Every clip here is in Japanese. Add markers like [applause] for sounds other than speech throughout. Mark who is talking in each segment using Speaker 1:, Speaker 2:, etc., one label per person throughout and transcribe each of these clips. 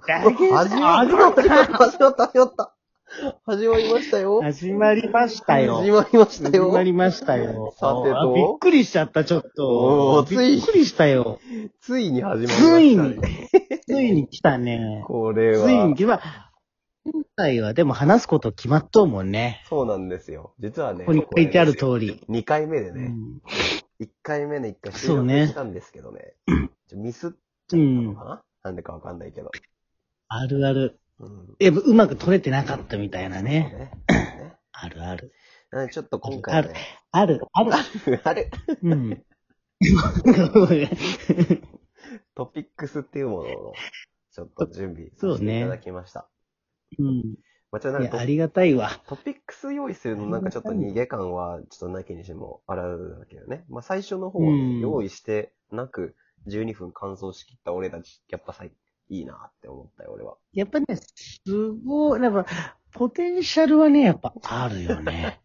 Speaker 1: 始ま
Speaker 2: 始まった、始まった、始まった。始まりましたよ。
Speaker 1: 始まりましたよ。
Speaker 2: 始まりました
Speaker 1: 始ま
Speaker 2: よ。
Speaker 1: りましたよ。
Speaker 2: さてどう
Speaker 1: あびっくりしちゃった、ちょっ
Speaker 2: お
Speaker 1: と。
Speaker 2: ーつい
Speaker 1: びっくりしたよ。
Speaker 2: ついに始まりました、
Speaker 1: ついに。、ついに来たね。
Speaker 2: これは。
Speaker 1: ついに来た。今回はでも話すこと決まっとうもんね。
Speaker 2: そうなんですよ。実はね、
Speaker 1: ここに書いてある通り。
Speaker 2: 2回目で
Speaker 1: う
Speaker 2: ね、
Speaker 1: ん
Speaker 2: 1回目で1回収
Speaker 1: そう
Speaker 2: 録
Speaker 1: ね
Speaker 2: したんですけどね。ちょミスっちゃったのかななんでかわかんないけど。
Speaker 1: あるある。
Speaker 2: うん。
Speaker 1: やっぱうまく取れてなかったみたいな
Speaker 2: そう
Speaker 1: ね。
Speaker 2: ね。ね
Speaker 1: あるある。
Speaker 2: なのでちょっと今回ね、
Speaker 1: ある、ある。
Speaker 2: [laughs] あれ、 [laughs]
Speaker 1: うん。
Speaker 2: トピックスっていうものを、ちょっと準備させていただきました。
Speaker 1: うん
Speaker 2: まあちょっと
Speaker 1: い
Speaker 2: なん
Speaker 1: や
Speaker 2: か
Speaker 1: ありがたいわ。
Speaker 2: トピックス用意するのなんかちょっと逃げ感はちょっとなきにしもあらうだけどね。まあ最初の方はね、
Speaker 1: うん
Speaker 2: 用意してなく12分乾燥しきった俺たち、やっぱさ、いいなって思ったよ、俺は。
Speaker 1: やっぱね、すごい、やっぱ、ポテンシャルはね、やっぱあるよ [laughs] ね。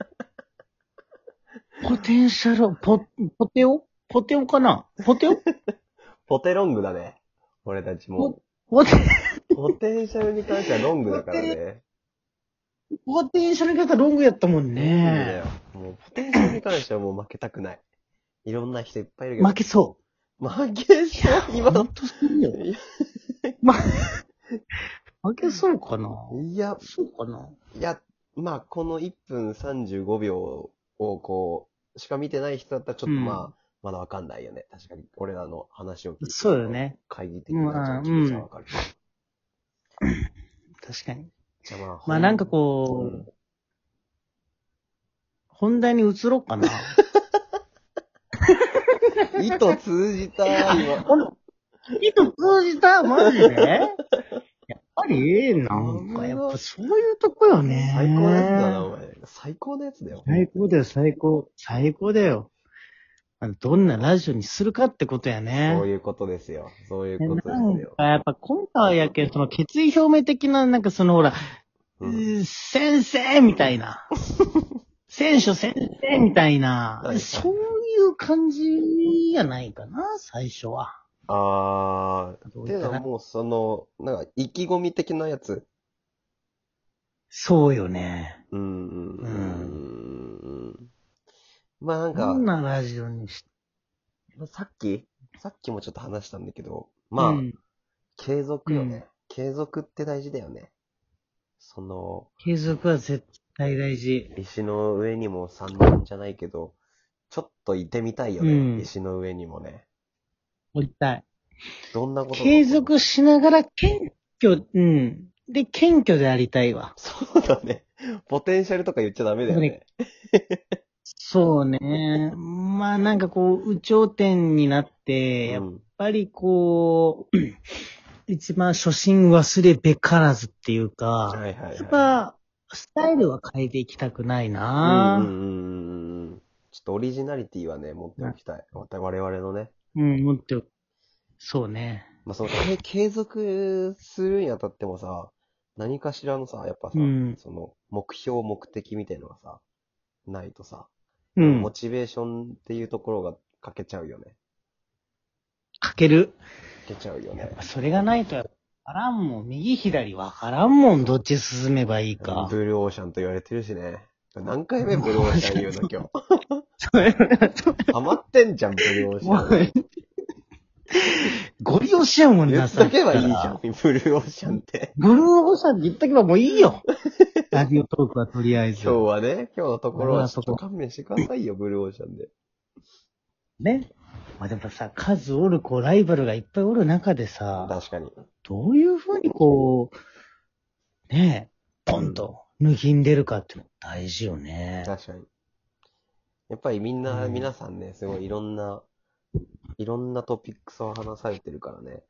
Speaker 1: ポテンシャル、ポ、ポテオポテオかなポテオ
Speaker 2: ポテロングだね。俺たちも。
Speaker 1: ポテ、
Speaker 2: ポテンシャルに関してはロングだからね。
Speaker 1: ポテンシャルの方ロングやったもん
Speaker 2: いいんだ
Speaker 1: ね
Speaker 2: よ。。もうポテンシャルに関してはもう負けたくない。いろんな人いっぱいいるけど。
Speaker 1: 負けそ
Speaker 2: 負け
Speaker 1: う。
Speaker 2: そう、今
Speaker 1: ほ
Speaker 2: の
Speaker 1: ん。とするよ。 [laughs]
Speaker 2: いや
Speaker 1: ま、負けそうかない
Speaker 2: や、
Speaker 1: そうかない
Speaker 2: や、まあ、この1分35秒をこう、しか見てない人だったらちょっと
Speaker 1: うん
Speaker 2: まあ、まだわかんないよね。確かに、俺らの話を聞いて。
Speaker 1: そうよ。ね。
Speaker 2: 会議的な気
Speaker 1: まあ
Speaker 2: 持ちはわかる。
Speaker 1: 確かに。
Speaker 2: じゃあまあ
Speaker 1: まあなんか
Speaker 2: う
Speaker 1: こう、
Speaker 2: ん
Speaker 1: 本題に移ろうかな。
Speaker 2: 意図通じた、今。
Speaker 1: あの、意図通じたマジでやっぱり、なんか、やっぱそういうとこよね。
Speaker 2: 最高のやつだな、お前。最高のやつだよ。
Speaker 1: 最高だよ、最高。最高だよ。あのどんなラジオにするかってことやね。
Speaker 2: そういうことですよ。そういうことで
Speaker 1: なん
Speaker 2: すよ。
Speaker 1: かやっぱ今回やけん、その決意表明的な、なんかそのほら、
Speaker 2: うん
Speaker 1: うー先生みたいな。選手先生みたいな
Speaker 2: は。い
Speaker 1: そういう感じやないかな、最初は。
Speaker 2: あー。っていうのは
Speaker 1: どういったな
Speaker 2: もうその、なんか意気込み的なやつ。
Speaker 1: そうよね。
Speaker 2: うんうん
Speaker 1: う
Speaker 2: うん。まあなんか、
Speaker 1: どんなラジオにし
Speaker 2: まあさっき、さっきもちょっと話したんだけど、まあ、
Speaker 1: うん
Speaker 2: 継続よね、
Speaker 1: うん
Speaker 2: 継続って大事だよね。その、
Speaker 1: 継続は絶対大事。
Speaker 2: 石の上にも三年じゃないけど、ちょっといてみたいよね。
Speaker 1: うん
Speaker 2: 石の上にもね。
Speaker 1: もう一回。
Speaker 2: どんなことが
Speaker 1: 継続しながら謙虚、うん。で、謙虚でありたいわ。
Speaker 2: そうだね。ポテンシャルとか言っちゃダメだよね。
Speaker 1: そうね。まあなんかこう、有頂天になって、やっ
Speaker 2: うん
Speaker 1: ぱりこう、一番初心忘れべからずっていう
Speaker 2: は
Speaker 1: か、
Speaker 2: いはい、はい。
Speaker 1: やっぱ、スタイルは変えていきたくないな
Speaker 2: うんうんうんうんうん。ちょっとオリジナリティはね、持っておきたい。また我々のね。
Speaker 1: うん、もっと、そうね。
Speaker 2: まあ、その、け [laughs] 継続するにあたってもさ、何かしらのさ、やっぱさ、
Speaker 1: うん
Speaker 2: その、目標、目的みたいのがさ、ないとさ、
Speaker 1: うん
Speaker 2: モ。チベーションっていうところが欠けちゃうよね。
Speaker 1: かける。
Speaker 2: 欠けちゃうよね。
Speaker 1: それがないと、わからんもん。右左わからんもん。どっち進めばいい
Speaker 2: ブル [laughs]
Speaker 1: か。
Speaker 2: ーオーシャンと言われてるしね。何回目ブルーオーシャン言うの今
Speaker 1: [laughs]
Speaker 2: 日。ハマってんじゃん、ブルーオーシ
Speaker 1: も
Speaker 2: ャン。
Speaker 1: うご利用しやもん
Speaker 2: 言
Speaker 1: な、
Speaker 2: っとけばいいじ
Speaker 1: さっ
Speaker 2: ゃん、ブルーオーシャンって。
Speaker 1: きから。ブルーオーシャンって言っとけばもういい
Speaker 2: [laughs]
Speaker 1: よ。ラジオトークはとりあえず。
Speaker 2: 今日はね、今日のところはちょっ
Speaker 1: 俺
Speaker 2: と
Speaker 1: はそこ
Speaker 2: 勘弁してくださいよ、ブルーオーシャンで。
Speaker 1: ね。まあ、でもさ、数おる、こう、ライバルがいっぱいおる中でさ、
Speaker 2: 確かに。
Speaker 1: どういうふうにこう、ねえ、ポンと、抜きんでるかっての大事よね。
Speaker 2: 確かに。やっぱりみんな、
Speaker 1: うん
Speaker 2: 皆さんね、すごいいろんな、いろんなトピックスを話されてるからね。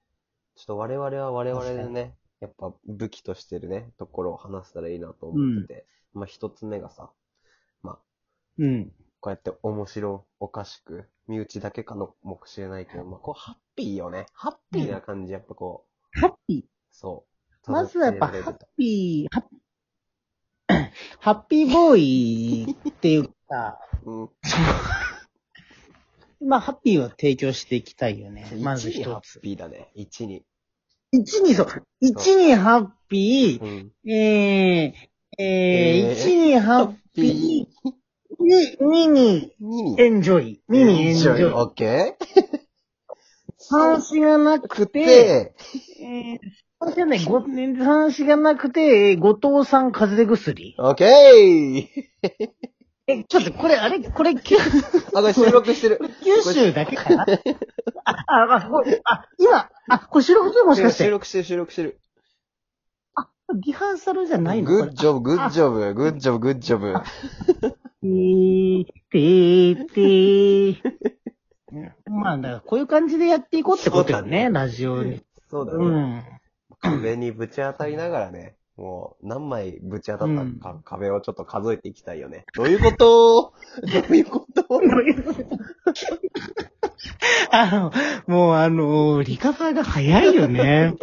Speaker 2: ちょっと我々は我々で
Speaker 1: 確
Speaker 2: ね、やっぱ武器としてるね、ところを話せたらいいなと思ってて。まあ一つ目がさ、
Speaker 1: うん。
Speaker 2: こうやって面白、おかしく、身内だけかのもしれないけど、まあこうハッピーよね。ハッピーな感じ、やっぱこう、
Speaker 1: ハッピー。
Speaker 2: そう。
Speaker 1: まずはやっぱ、ハ
Speaker 2: 届けられ
Speaker 1: ッ
Speaker 2: ると
Speaker 1: ピー、ハッハッピーボーイっていうか、
Speaker 2: うん。
Speaker 1: まあ、ハッピーを提供していきたいよね。まず
Speaker 2: 1にハ
Speaker 1: 一つ。
Speaker 2: ッピーだね。1に。
Speaker 1: 1にそう。1にハッピー、
Speaker 2: うん。
Speaker 1: えー、えー、
Speaker 2: えー
Speaker 1: 1にハッピー、に、2に
Speaker 2: に
Speaker 1: エンジョイ、2にエンジョイ。
Speaker 2: オッケー
Speaker 1: 三子がなくて、
Speaker 2: で、
Speaker 1: えー、三子ね、ご、三子がなくて、えー後藤さん風邪薬。
Speaker 2: オッケー
Speaker 1: え、ちょっとこれ、あれこれ、九
Speaker 2: あ、これ収録してる。
Speaker 1: 九州だけかなあ、あ、あ、これあ今、あ、これ収録 [laughs] 中もしかし
Speaker 2: 収
Speaker 1: て。
Speaker 2: 録してる、収録してる。
Speaker 1: リハーサルじゃ
Speaker 2: グ
Speaker 1: ないのこれ
Speaker 2: ッジョブ、グッジョブ、グッジョブ、グッジョブ。
Speaker 1: てー、てー、てー。まあ、だからこういう感じでやっていこうってことよね、
Speaker 2: そうだね
Speaker 1: ラジオに。
Speaker 2: そうだ
Speaker 1: う
Speaker 2: ね。
Speaker 1: ん。
Speaker 2: 壁にぶち当たりながらね、もう何枚ぶち当たったか、壁をちょっと数えていきたいよね。どういうことどういうこと
Speaker 1: あの、もうあのーリカバーが早いよね。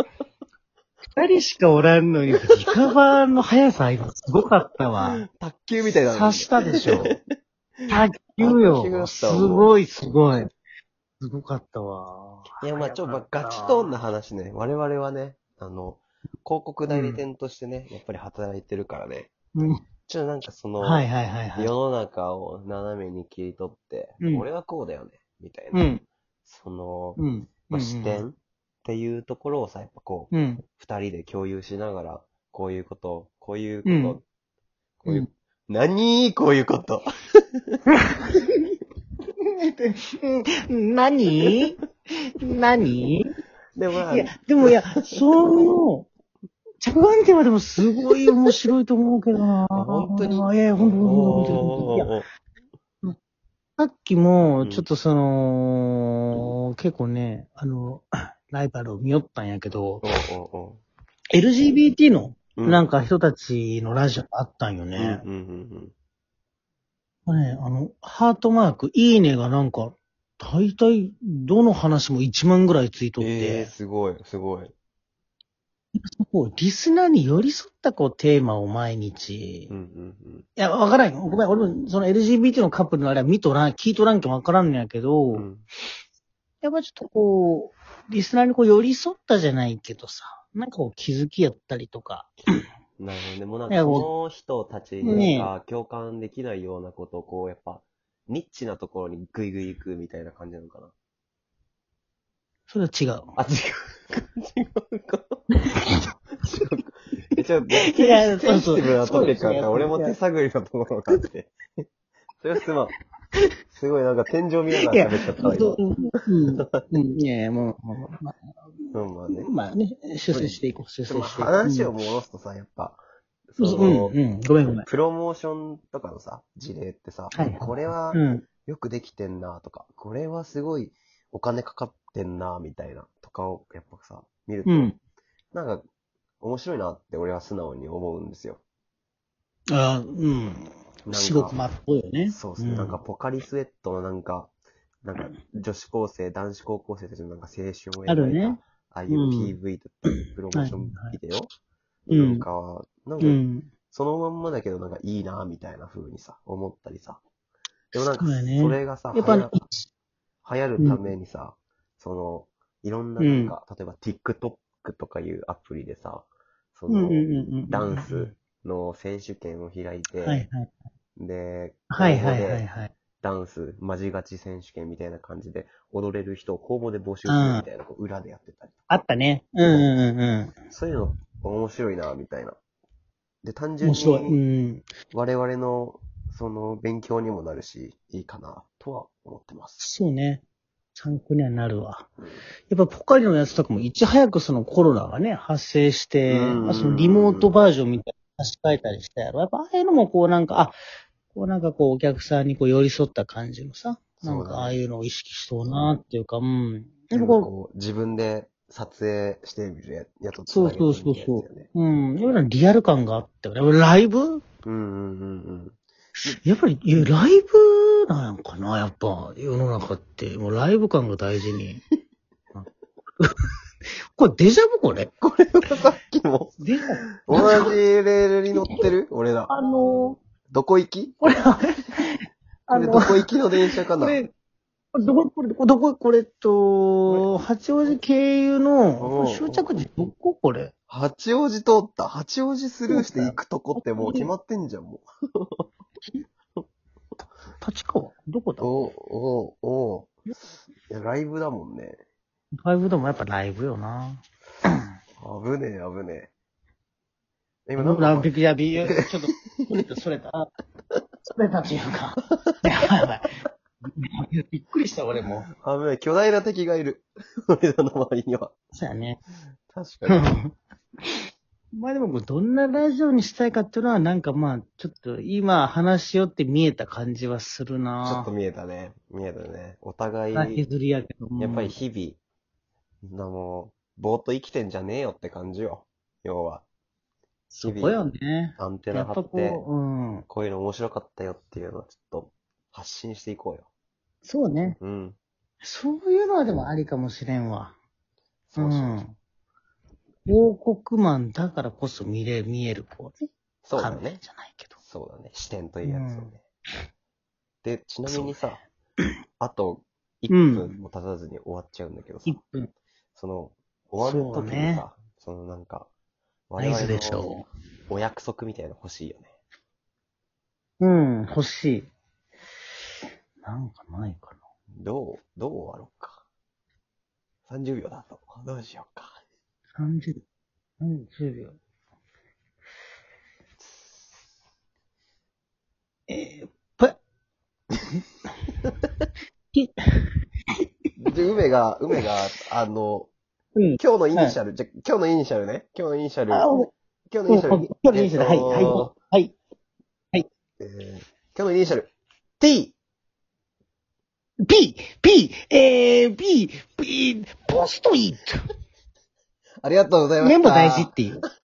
Speaker 1: 二人しかおらんのに、リカバーの速さ今すごかったわ。
Speaker 2: 卓球みたいなの
Speaker 1: 刺したでしょ。卓球
Speaker 2: 卓球だったわ
Speaker 1: よ。すごいすごい。すごかったわ。
Speaker 2: [laughs] いや、まあちょ、まあガチトーンな話ね。我々はね、あの、広告代理店としてね、やっぱり働いてるからね。
Speaker 1: うん
Speaker 2: ちょっとなんかその、
Speaker 1: はいはいはいはい。
Speaker 2: 世の中を斜めに切り取って、
Speaker 1: うん
Speaker 2: 俺はこうだよね、みたいな。
Speaker 1: うん。
Speaker 2: その、
Speaker 1: うん。
Speaker 2: まあ、視点っていうところをさ、やっぱこう、
Speaker 1: うん。
Speaker 2: 二人で共有しながら、こういうこと、こういうこと、
Speaker 1: うん
Speaker 2: こういうう、
Speaker 1: ん
Speaker 2: 何こういうこと。 [laughs]
Speaker 1: うん何何
Speaker 2: でもまあ、
Speaker 1: いや、でもいや、その、着眼点はでもすごい面白いと思うけどな。
Speaker 2: あ本当に
Speaker 1: いや、本当に本当に本当に。いや、
Speaker 2: おー
Speaker 1: さっきも、ちょっとその、結構ね、あの、ライバルを見よったんやけど、
Speaker 2: おーおーお
Speaker 1: LGBT の
Speaker 2: ー
Speaker 1: なん
Speaker 2: か
Speaker 1: か人たちのラジオあったんよ
Speaker 2: ね、
Speaker 1: ね。
Speaker 2: うんうん
Speaker 1: ね、あの、ハートマーク、いいねがなんか、大体、どの話も1万ぐらいついと
Speaker 2: うん、
Speaker 1: って、
Speaker 2: ええー、すごい、すごい。
Speaker 1: こうリスナーに寄り添ったこうテーマを毎日、
Speaker 2: うんう
Speaker 1: い
Speaker 2: んうん
Speaker 1: や、わからんよ。ごめん、俺もその LGBT のカップルのあれは見とらん、聞いとらんけんわからんのやけど、
Speaker 2: うん。
Speaker 1: やっぱちょっとこう、リスナーにこう寄り添ったじゃないけどさ、なんかこう気づきやったりとか、
Speaker 2: なるほどね。もうなん
Speaker 1: い
Speaker 2: か、
Speaker 1: や
Speaker 2: この人たち
Speaker 1: ね
Speaker 2: に
Speaker 1: え
Speaker 2: なんか共感できないようなことを、こう、やっぱ、ニッチなところにグイグイ行くみたいな感じなのかな。
Speaker 1: それは違う。
Speaker 2: あ、
Speaker 1: [laughs]
Speaker 2: 違う。違うか。違う。ちょっと、
Speaker 1: いや
Speaker 2: セ
Speaker 1: そう
Speaker 2: ンシ
Speaker 1: そう
Speaker 2: ティブなトピックだから、
Speaker 1: そう
Speaker 2: 俺
Speaker 1: ですね
Speaker 2: も手探りのところがあって。それはすまん。すごい、なんか天井見ながら喋っちゃったわ、今。
Speaker 1: うんうん [laughs] うん、いやいや、もう、もうまあ
Speaker 2: うん、まあね。
Speaker 1: まあね、修正していこう、修正
Speaker 2: で
Speaker 1: してい
Speaker 2: も
Speaker 1: こう。
Speaker 2: 話を戻すとさ、やっぱ、そ
Speaker 1: うん、うん、
Speaker 2: の、
Speaker 1: うん、ごめんごめん。
Speaker 2: プロモーションとかのさ、事例ってさ
Speaker 1: はい、
Speaker 2: これは
Speaker 1: うん。
Speaker 2: よくできてんなとか、これはすごいお金かかってんなみたいなとかをやっぱさ、見ると、
Speaker 1: うん。
Speaker 2: なんか面白いなって俺は素直に思うんですよ。
Speaker 1: ああ、うん。
Speaker 2: なんか
Speaker 1: 至極真っぽいよね。
Speaker 2: そうですね、なんかポカリスエットのなんか、なんか女子高生、男子高校生たちのなんか青春を
Speaker 1: ある
Speaker 2: 描いた、
Speaker 1: ね
Speaker 2: ああいう PV だったり、プロモーションビデオ
Speaker 1: うん
Speaker 2: なんかは、なん
Speaker 1: う
Speaker 2: か
Speaker 1: ん。
Speaker 2: そのまんまだけどなんかいいなみたいな風にさ、思ったりさ。でもなんか
Speaker 1: そうだね
Speaker 2: それがさ、
Speaker 1: やっぱあ
Speaker 2: 流
Speaker 1: の
Speaker 2: 行、流行るためにさ、その、いろんななんか、例えば TikTok とかいうアプリでさ、その、
Speaker 1: ん
Speaker 2: ダンスの選手権を開いて、
Speaker 1: はいはい。
Speaker 2: で、
Speaker 1: はい
Speaker 2: 公
Speaker 1: は
Speaker 2: 募
Speaker 1: い
Speaker 2: で
Speaker 1: はいはい。
Speaker 2: ダンス、マジガチ選手権みたいな感じで、踊れる人を公募で募集するみたいな、こう裏でやってたり。
Speaker 1: あったね。うんうんうん
Speaker 2: そういうの面白いな、みたいな。で、単
Speaker 1: うん。
Speaker 2: 純
Speaker 1: 面白い。う
Speaker 2: に
Speaker 1: ん。
Speaker 2: 我々の、その、勉強にもなるし、いいかな、とは思ってます。
Speaker 1: そうね。参考にはなるわ。やっぱポカリのやつとかもいち早くそのコロナがね、発生して、
Speaker 2: うん
Speaker 1: まあ、そのリモートバージョンみたいなの差し替えたりしたやろ。やっぱああいうのもこうなんか、あ、こうなんかこうお客さんにこう寄り添った感じのさ、なん
Speaker 2: そうだね
Speaker 1: かああいうのを意識しそうなっていうか、うん。やっ
Speaker 2: で
Speaker 1: ぱ
Speaker 2: も
Speaker 1: こう
Speaker 2: こう、自分で撮影してみるややつを
Speaker 1: そうそうそうそううん。やっぱりリアル感があったよね。やっぱライブ
Speaker 2: う。うんうんうんうん。
Speaker 1: やっぱり、いやライブなんかなやっぱ、世の中って。もうライブ感が大事
Speaker 2: [laughs]
Speaker 1: に。これデジャブこれ
Speaker 2: これは [laughs] さっきも、
Speaker 1: デジャブ
Speaker 2: 同じレールに乗ってる [laughs] 俺ら。
Speaker 1: あの
Speaker 2: どこ行き
Speaker 1: これ、あれあ
Speaker 2: これど
Speaker 1: の、
Speaker 2: こ行きの電車かな
Speaker 1: これ、これどこ、これ、どこ、これと、八王子経由
Speaker 2: う
Speaker 1: の
Speaker 2: ん
Speaker 1: 終着地どここれ
Speaker 2: 八王子通った。八王子スルーして行くとこってもう決まってんじゃん、も
Speaker 1: 立川どこ
Speaker 2: う。
Speaker 1: だ
Speaker 2: おうおうおういや、ライブだもんね。
Speaker 1: ライブでもやっぱライブよな。
Speaker 2: 危ねえ、危ねえ。今、
Speaker 1: ラブ
Speaker 2: なんか
Speaker 1: ラブ、いや、びちょっと、それた、それた。あ [laughs] それたというか。 [laughs] やばいやばい。いやびっくりした、俺も。
Speaker 2: 危ない。巨大な敵がいる。 [laughs] 俺らの周りには。
Speaker 1: そうやね。
Speaker 2: 確かに。
Speaker 1: [laughs] まあでも、こうどんなラジオにしたいかっていうのは、なんかまあ、ちょっと今話しよって見えた感じはする
Speaker 2: ちょ
Speaker 1: な
Speaker 2: っと見えたね。見えたね。お互い、
Speaker 1: ぁ。
Speaker 2: や
Speaker 1: 削りやけども。
Speaker 2: っぱり日々、なもう、ぼーっと生きてんじゃねえよって感じよ。要は。
Speaker 1: そこよね。
Speaker 2: アンテ
Speaker 1: や
Speaker 2: ナ
Speaker 1: っぱ
Speaker 2: 張
Speaker 1: こ
Speaker 2: って、
Speaker 1: う、うん。
Speaker 2: こういうの面白かったよっていうのをちょっと発信していこうよ。
Speaker 1: そうね。
Speaker 2: うん。
Speaker 1: そういうのはでもありかもしれんわ。
Speaker 2: そうしよう。
Speaker 1: ん。王国マンだからこそ見れ、見える、こうね。
Speaker 2: そうだ
Speaker 1: カメラ
Speaker 2: ね。
Speaker 1: じゃないけど。
Speaker 2: そうだね。視点というやつをね。で、ちなみにさ、あと1分も経たずに終わっちゃうんだけどさ、
Speaker 1: 1分。
Speaker 2: その、終わる時にさ、そ,、のなんか、
Speaker 1: ナイスでしょ
Speaker 2: お約束みたいなの欲しいよね。
Speaker 1: う。うん、欲しい。なんかないかな。
Speaker 2: どう、どう終わろうか。30秒だと。どうしようか。
Speaker 1: 30、30秒。えー、ぷひ
Speaker 2: で、
Speaker 1: [laughs]
Speaker 2: 梅が、梅が、あの、
Speaker 1: うん。
Speaker 2: 今日のイニシャル、じゃ、今日のイニシャルね。今日のイニシャル。
Speaker 1: あ、俺、
Speaker 2: 今日の
Speaker 1: う
Speaker 2: イニ
Speaker 1: ん
Speaker 2: シ
Speaker 1: 今
Speaker 2: ャル。
Speaker 1: 日のイニシャル。はい、
Speaker 2: えっと
Speaker 1: はい、はい。
Speaker 2: えー今日のイニシャル。T!
Speaker 1: B、B、えー、B、B、ポストイット。
Speaker 2: ありがとうございました。
Speaker 1: メモ大事っていう。